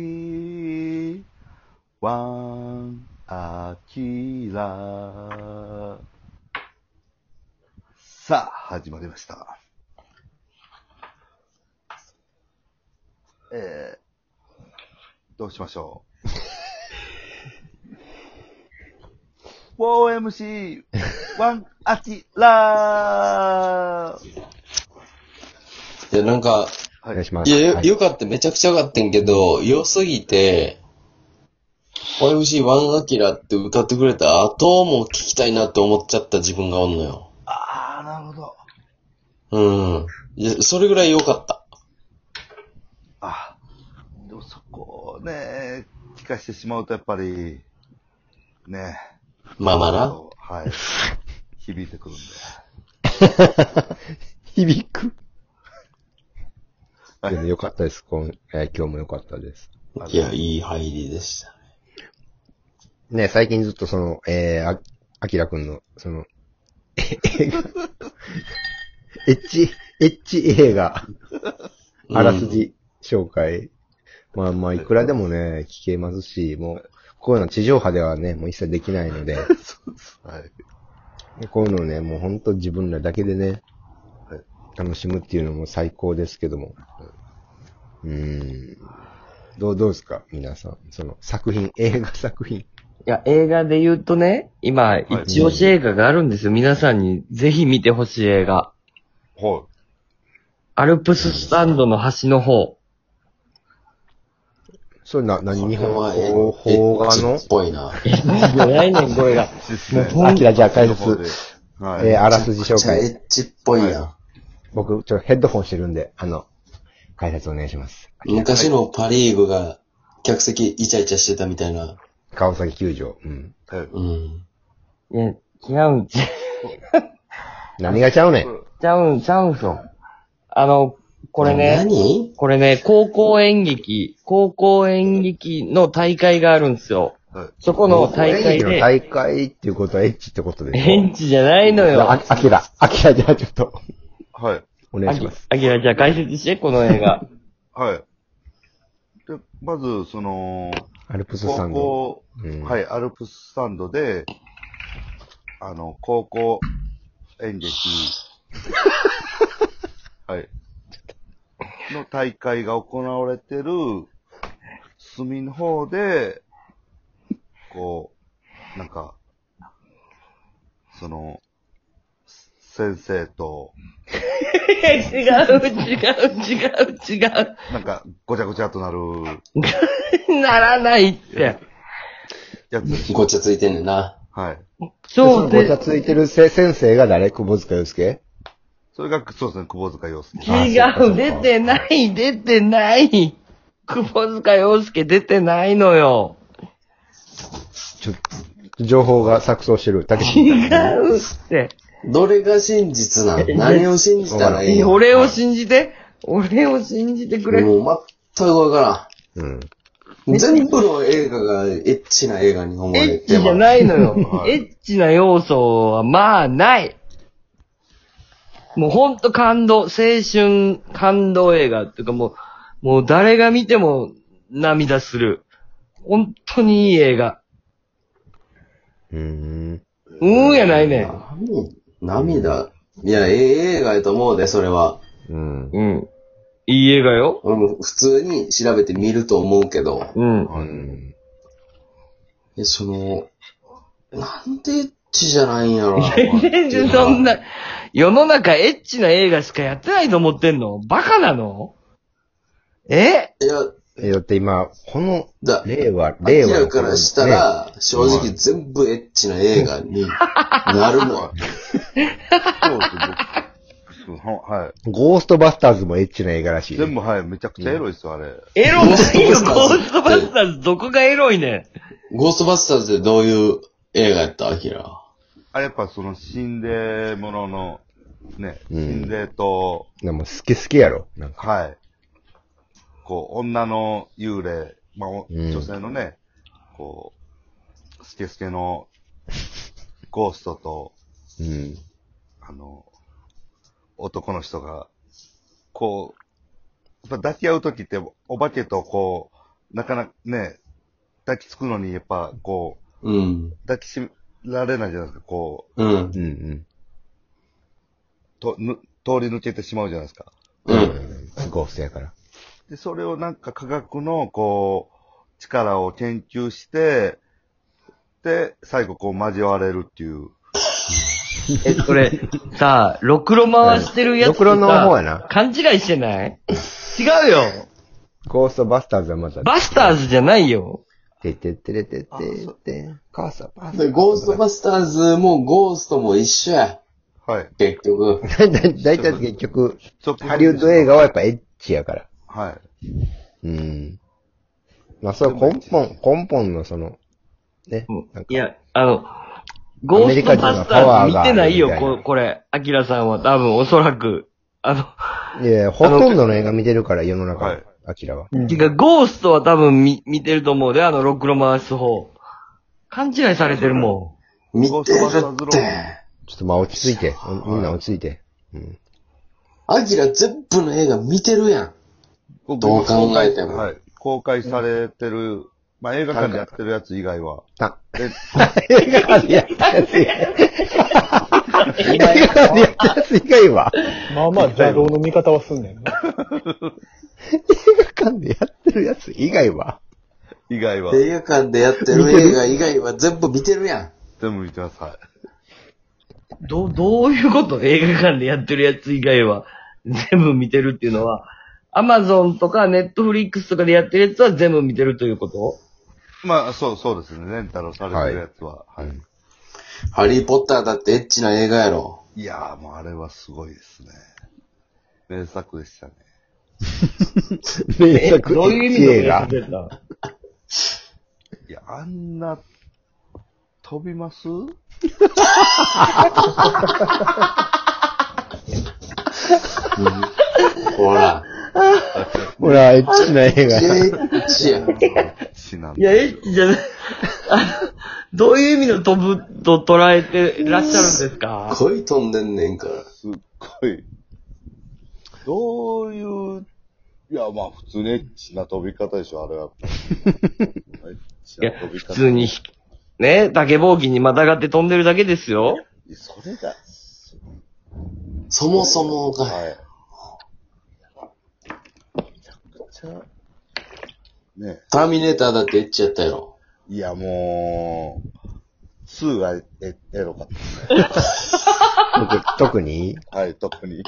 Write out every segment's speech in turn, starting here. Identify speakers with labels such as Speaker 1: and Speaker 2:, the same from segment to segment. Speaker 1: OMC ワンアキラさあ、始まりました。えー、どう しましょう ?OMC ワンアキラ
Speaker 2: いや、なん
Speaker 1: は
Speaker 2: か、
Speaker 3: お願いしま
Speaker 2: い
Speaker 3: す。
Speaker 2: や、よ、
Speaker 3: はい
Speaker 2: よかった、めちゃくちゃよかったんけど、良すぎて、YMC ワンアキラって歌ってくれた後も聞きたいなって思っちゃった自分がおんのよ。
Speaker 1: ああ、なるほど。
Speaker 2: うん。いや、それぐらい良かった。
Speaker 1: あ、でもそこをね、聞かしてしまうとやっぱり、ね、
Speaker 2: まあまあな。
Speaker 1: そう はい。響いてくるんで。
Speaker 3: 響く。
Speaker 1: はい
Speaker 3: でも良かったです。今,、えー今日も良かったです。
Speaker 1: あの
Speaker 2: いや、いい入りでした。
Speaker 3: ね、最近ずっとその、えー、あ、あきらくんの、その、え映画、エッチ、エッチ映画、
Speaker 2: うん
Speaker 3: あらす。じ紹介。まあまあ、いくらでもね、聞けますし、もう、こういうの地上波ではね、もう一切できないので、
Speaker 1: はい。
Speaker 3: こういうのをね、もう本当自分らだけでね
Speaker 1: はい、
Speaker 3: 楽しむっていうのも最高ですけども。うーん。どう、どうですか皆さん。その作品、映画作品。
Speaker 4: いや、映画で言うとね、今、一押し映画があるんですよ。皆さんにぜひ見てほしい映画。
Speaker 1: ほ
Speaker 4: アルプススタンドの端の方。
Speaker 3: それな、何日本
Speaker 2: これはえ
Speaker 3: 邦邦画の
Speaker 2: エッチっぽいな。
Speaker 4: ないねん、これが。
Speaker 1: う。ですね
Speaker 3: もうアキラじゃあ解説
Speaker 1: の方ではい。
Speaker 3: えーあらすじ
Speaker 2: め
Speaker 3: 紹
Speaker 2: っ
Speaker 3: 介。
Speaker 2: ちゃエッチっぽいやん。
Speaker 3: 僕、ちょ、ヘッドホンしてるんで、あの、解説お願いします。
Speaker 2: 昔のパリーグが客席イチャイチャしてたみたいな。
Speaker 3: 川崎球場。うん。
Speaker 1: はい
Speaker 2: うん。
Speaker 4: いや、違うん、ち
Speaker 3: 何がちゃうねん。
Speaker 4: ゃうん、ちゃうんすよ。あの、これね、
Speaker 2: 何
Speaker 4: これね、高校演劇、高校演劇の大会があるんですよ
Speaker 1: はい。
Speaker 4: そこの大会
Speaker 3: 演技の
Speaker 4: で、
Speaker 3: 大会っていうことはエッチってことでしょ。
Speaker 4: エンチじゃないのよ。
Speaker 3: あ
Speaker 4: あ、
Speaker 3: あきら、あきらじゃあちょっと、
Speaker 1: はい。
Speaker 3: お願いします。
Speaker 4: あきら、じゃあ解説して、この映画。
Speaker 1: はい。で、まず、その、
Speaker 3: アルプススタ
Speaker 1: 高
Speaker 3: ンド。
Speaker 1: 校、
Speaker 3: うん
Speaker 1: はい、アルプススタンドで、あの、高校演 劇、はい、の大会が行われてる、隅の方で、こう、なんか、その、先生と、
Speaker 4: いや違う、違う、違う、違う。
Speaker 1: なんか、ごちゃごちゃっとなる
Speaker 4: ならないって。
Speaker 1: やつ。
Speaker 2: ごちゃついてんねんな。
Speaker 1: はい。
Speaker 3: でその
Speaker 4: そう
Speaker 3: ごちゃ
Speaker 4: で、
Speaker 3: ついてるせ先生が誰久保塚洋介
Speaker 1: それが、そうですね、窪塚洋 介。
Speaker 3: あ
Speaker 4: 違
Speaker 3: そうかそう
Speaker 4: う、
Speaker 3: か
Speaker 4: 出てない、出てない。窪塚洋介出てないのよ。
Speaker 3: ちょっと、情報が錯綜してる。たけし。
Speaker 4: 違うって。
Speaker 2: どれが真実なの何を信じたらいいの
Speaker 4: 俺を信じて、俺を信じてくれ。
Speaker 2: もう全くわか
Speaker 3: うん。
Speaker 2: らん。全部の映画がエッチな映画に思
Speaker 4: エ
Speaker 2: え
Speaker 4: ッ
Speaker 2: て
Speaker 4: チじゃ
Speaker 2: まあ
Speaker 4: ないのよ
Speaker 1: は。い
Speaker 4: エッチな要素はまあない。もうほんと感動、青春感動映画っていうかもう、もう誰が見ても涙する。本当にいい映画。
Speaker 3: うーん。
Speaker 4: うーんやないねん。
Speaker 2: 涙。いや、ええ映画やと思うで、それは。
Speaker 3: うん。
Speaker 4: うん。いい映画よ。
Speaker 2: 俺も普通に調べて見ると思うけど。
Speaker 4: うん。
Speaker 3: う
Speaker 1: はい
Speaker 3: ん。
Speaker 2: いや、その、なんでエッチじゃないんやろな。
Speaker 4: 全然 そんな、世の中エッチな映画しかやってないと思ってんのバカなのえ
Speaker 2: いや、
Speaker 3: え、だって今、この、
Speaker 2: だ、
Speaker 3: 令和、令
Speaker 2: 明
Speaker 3: 和の
Speaker 2: ら
Speaker 3: こ
Speaker 2: か
Speaker 3: の
Speaker 2: らした
Speaker 3: ね
Speaker 2: ら、正直全部エッチな映画になるもん。
Speaker 1: そうですね、僕そのはい。
Speaker 3: ゴーストバスターズもエッチな映画らしい。
Speaker 1: 全部、はい、めちゃくちゃエロいっすよ、あれ。
Speaker 4: エロないよ、ゴ
Speaker 2: ゴー
Speaker 4: ース
Speaker 2: ス
Speaker 4: ト
Speaker 2: ト
Speaker 4: バ
Speaker 2: バ
Speaker 4: ス
Speaker 2: ス
Speaker 4: ターズ、どこがエロいね
Speaker 2: ゴーストバスターズってどういう映画やったアキラ。
Speaker 1: あれやっぱその心霊ものの、ね、
Speaker 3: うん
Speaker 1: 心霊と、
Speaker 3: でも、好き好きやろ。なんか。
Speaker 1: はい。こう、女の幽霊、まあ、お
Speaker 3: うん
Speaker 1: 女性のね、こう、スケスケのゴーストと、
Speaker 3: うん。
Speaker 1: あの、男の人が、こう、やっぱ抱き合うときって、お化けとこう、なかなかね、抱きつくのに、やっぱこう、
Speaker 2: うん。
Speaker 1: 抱きしめられないじゃないですか、こ
Speaker 2: うん。
Speaker 3: うんうん。
Speaker 1: う、と、ぬ、通り抜けてしまうじゃないですか。
Speaker 2: うん。
Speaker 3: ゴーストやから。
Speaker 1: で、それをなんか科学の、こう、力を研究して、で、最後こう交われるっていう。
Speaker 4: え、これ、 さあ、ろくろ回してるやつ
Speaker 3: ろくろの
Speaker 4: さ
Speaker 3: 方やな
Speaker 4: 勘違いしてない違うよ
Speaker 3: ゴーストバスターズはまた、
Speaker 4: バスターズじゃないよ
Speaker 3: てててれててて、カーサパ
Speaker 2: でゴーストバスターズもゴーストも一緒や。
Speaker 1: はい。
Speaker 2: 結局。
Speaker 3: だいたいだいたい結局、
Speaker 1: ちょっと
Speaker 3: ハリウッド映画はやっぱエッチやから。
Speaker 1: はい。
Speaker 3: うん。まあ、それは根本、根本のその、ね。なんか
Speaker 4: いや、あの、ゴーストバスターズ見てないよ、
Speaker 3: アメリカ人のパワーがあるみたいな
Speaker 4: ここれ。アキラさんは多分おそらく。あ
Speaker 3: いやいや、ほとんどの映画見てるから、世の中
Speaker 1: は
Speaker 3: の
Speaker 1: い、
Speaker 3: アキラは。
Speaker 4: の、てか、ゴーストは多分見、見てると思うで、あの、ろくろ回す方。勘違いされてるも
Speaker 2: 見
Speaker 1: ゴー
Speaker 2: てる
Speaker 1: ストバスターズ
Speaker 2: っ
Speaker 1: ロ
Speaker 2: て。
Speaker 3: ちょっとまあ、落ち着いて。みんな落ち着いて。うん。
Speaker 2: アキラ全部の映画見てるやん。
Speaker 1: どう
Speaker 2: どう考えても
Speaker 1: はい。公開されてる、まあ映画館でやってるやつ以外は。
Speaker 3: た、
Speaker 1: で
Speaker 3: 映画館でやったやつ以外。映画館でやったやつ以外は、
Speaker 5: まあまあ邪道の見方はすんねんな。
Speaker 3: 映画館でやってるやつ以外は、
Speaker 1: 以外は、
Speaker 2: 映画館でやってる映画以外は全部見てるやん。
Speaker 1: 全部見てます。はい。
Speaker 4: ん。どう、どういうこと映画館でやってるやつ以外は、全部見てるっていうのは、アマゾンとかネットフリックスとかでやってるやつは全部見てるということ
Speaker 1: まあ、そう、そうですね。レンタルされてるやつは。はい。い、
Speaker 2: ハリーポッターだってエッチな映画やろ。
Speaker 1: やー、もうあれはすごいですね。名作でしたね。
Speaker 3: 名作
Speaker 4: どういう意味
Speaker 3: 一
Speaker 4: の
Speaker 3: 映
Speaker 4: や
Speaker 3: 画
Speaker 4: つ。出た
Speaker 1: いや、あんな、飛びます
Speaker 2: ほら。
Speaker 3: ほら、エッチな映
Speaker 2: エ
Speaker 3: 画。
Speaker 2: ッチやん。
Speaker 1: 死なん
Speaker 4: いや、エッチじゃない。あのどういう意味の飛ぶと捉えてらっしゃるんですか
Speaker 2: 恋飛んでんねんから。
Speaker 1: すっごい。どういう、いや、まあ、普通にエッチな飛び方でしょ、あれ は。エッチ
Speaker 4: いや
Speaker 1: な、飛び方
Speaker 4: 普通にひ、ね、竹ぼうきにまたがって飛んでるだけですよ。
Speaker 1: それが、
Speaker 2: そもそもが。
Speaker 1: はい。めちゃくちゃ、ね
Speaker 2: ターミネーターだってエッチやったやろ。
Speaker 1: いや、もう、2がエエロかっ
Speaker 3: 特特に、
Speaker 1: た。はい、特に。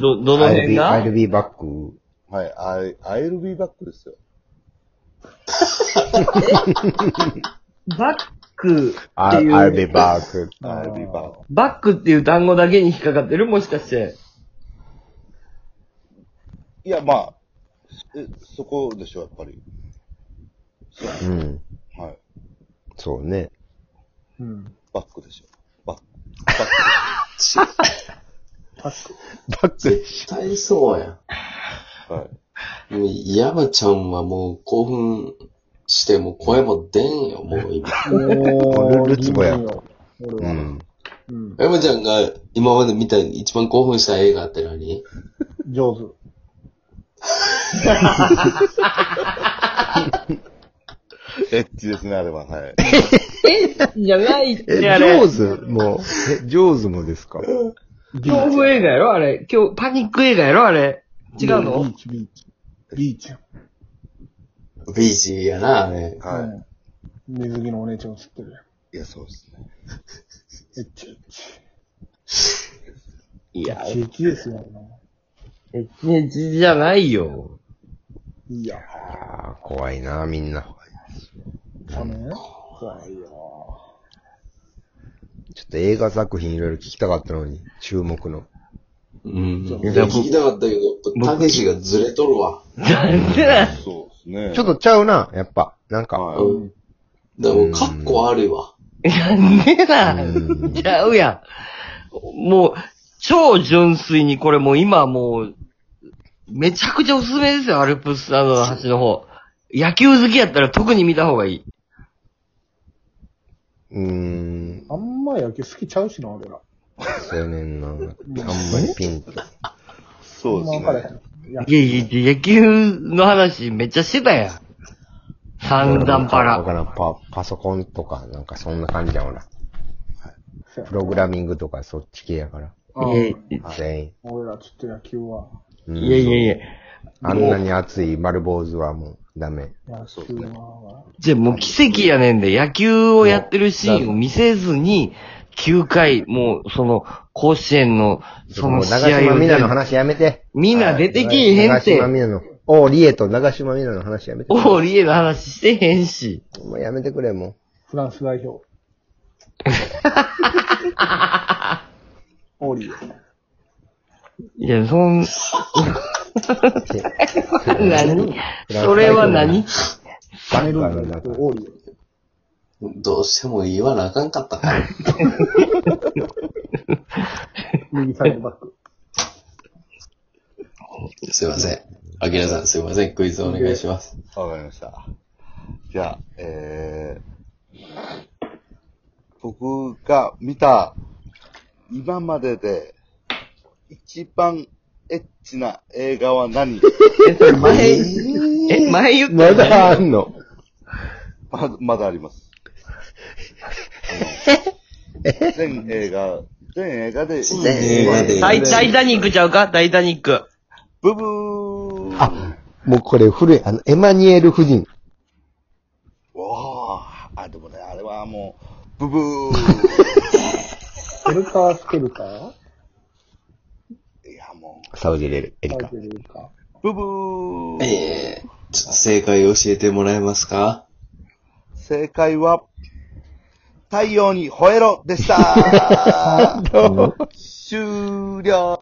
Speaker 4: ど、どの
Speaker 3: アイル
Speaker 4: 辺
Speaker 3: ビー、
Speaker 4: が
Speaker 3: アイルビーバック。
Speaker 1: はい、アイアイルビーバックですよ。
Speaker 4: バックっ
Speaker 3: ア
Speaker 4: て
Speaker 3: イル
Speaker 4: い
Speaker 3: ビ
Speaker 4: う、
Speaker 3: ーバック。
Speaker 1: アイルビーバック。
Speaker 4: バックっていう単語だけに引っかかってるもしかして。
Speaker 1: いや、まあ、え、そこでしょ、やっぱり。
Speaker 3: うん。
Speaker 1: はい。
Speaker 3: そうね。
Speaker 5: うん。
Speaker 1: バックでしょ。バック。バッ
Speaker 3: バック。
Speaker 2: 大そうやん。
Speaker 1: ク。はい。
Speaker 2: もう、山ちゃんはもう興奮して、もう声も出んよ、も う今。
Speaker 3: ル
Speaker 5: も
Speaker 3: ルツボや
Speaker 5: いいよ俺
Speaker 3: う
Speaker 5: は。
Speaker 3: ん。
Speaker 5: うん。
Speaker 2: 山ちゃんが今まで見た一番興奮した映画って何
Speaker 5: 上手。
Speaker 1: エッチですね、あれは。はい。
Speaker 4: じゃないっ
Speaker 3: え、ジ
Speaker 4: てあ
Speaker 3: ョー
Speaker 4: れ。
Speaker 3: ズも、え、ジョーズもですか
Speaker 4: 恐怖映画やろあれ。今日、パニック映画やろあれ。違う
Speaker 5: ビ
Speaker 4: の
Speaker 5: ーチ、ビーチ。ビーチや。
Speaker 2: ビーチやな、あれ。
Speaker 1: は
Speaker 5: うん水着のお姉ちゃん映ってるやん。
Speaker 1: い。いや、そうですね。
Speaker 5: エッチエッチ。
Speaker 4: いや、
Speaker 5: エッチですよ、あんなも
Speaker 4: エッチじゃないよ。
Speaker 5: んいや、
Speaker 3: ああ、怖いな、みんな。
Speaker 5: あのね。怖いよ。
Speaker 3: ちょっと映画作品いろいろ聞きたかったのに、注目の。
Speaker 2: うん。
Speaker 5: そう
Speaker 2: いや聞きたかったけど、たけしがずれとるわ。
Speaker 4: なんでなん
Speaker 1: そうですね。
Speaker 3: ちょっとちゃうな、やっぱ。なんか。
Speaker 1: は
Speaker 2: うん。だからもう、かっこ悪いわ。
Speaker 4: なんでな
Speaker 3: うん
Speaker 4: ちゃうやん。もう、超純粋にこれもう今もう、めちゃくちゃおすすめですよ、アルプスあの橋の方。野球好きやったら特に見た方がいい。
Speaker 3: うーん。
Speaker 5: あんま野球好きちゃうしな、俺ら。
Speaker 3: そうやねんな。あんまりピンと。
Speaker 1: そうです
Speaker 5: ほんま分か
Speaker 1: ね。
Speaker 5: らへん。いや、
Speaker 4: いやいや、野球の話めっちゃしてたやん。散々パ
Speaker 3: わ
Speaker 4: ラ。
Speaker 3: からん、パ、パソコンとか、なんかそんな感じやもんな。
Speaker 5: そうや
Speaker 3: プログラミングとかそっち系やから。
Speaker 5: あ
Speaker 4: いや
Speaker 3: 全員。
Speaker 5: 俺らちょっと野球は、
Speaker 3: うん
Speaker 4: いやいやいや。
Speaker 3: あんなに熱い丸坊主はもうダメ。
Speaker 5: 野球は、
Speaker 4: じゃあもう奇跡やねんで、野球をやってるシーンを見せずに、9回、もうその、甲子園の、そ
Speaker 3: も
Speaker 4: の
Speaker 3: う
Speaker 4: 試
Speaker 3: 長島
Speaker 4: 合を
Speaker 3: み
Speaker 4: 全
Speaker 3: なの
Speaker 4: 部、
Speaker 3: 話やめて。
Speaker 4: みんな出てきへん
Speaker 3: 長
Speaker 4: っ
Speaker 3: 島
Speaker 4: て、
Speaker 3: みなの。おう、リエと長島みなの話やめて。
Speaker 4: オーリエの話してへんし。
Speaker 3: もうやめてくれ、も
Speaker 5: フランス代表。オーリー。
Speaker 4: いや、そ ん、
Speaker 3: う。て
Speaker 4: 何それは何
Speaker 5: カメルーンじゃなくオーリー。
Speaker 2: どうしても言わなあかんかった から。
Speaker 5: 右サイドバック。
Speaker 2: すいません。あきらさんすいません。クイズお願いします。
Speaker 1: わかりました。じゃあ、えー、僕が見た、今までで、一番エッチな映画は何
Speaker 4: え、それ前、え、前言った
Speaker 3: ま
Speaker 4: よね
Speaker 3: だあんの。
Speaker 1: ままだあります。あの全映画、全映画で、
Speaker 2: 映画で
Speaker 4: タイタイタニックちゃうかタイタニック。
Speaker 1: ブブー
Speaker 3: あ、もうこれ古い。あの、エマニュエル夫人。
Speaker 1: おーあ、でもね、あれはもう、ブブー
Speaker 5: セルカー、スケルカー
Speaker 1: いや、もう、
Speaker 3: サウジレル、エリ
Speaker 5: サイ
Speaker 3: カ
Speaker 5: ケ。ルカ
Speaker 1: ブブー
Speaker 2: ええちょっと正解教えてもらえますか
Speaker 1: 正解は、 太陽に吠えろでした終了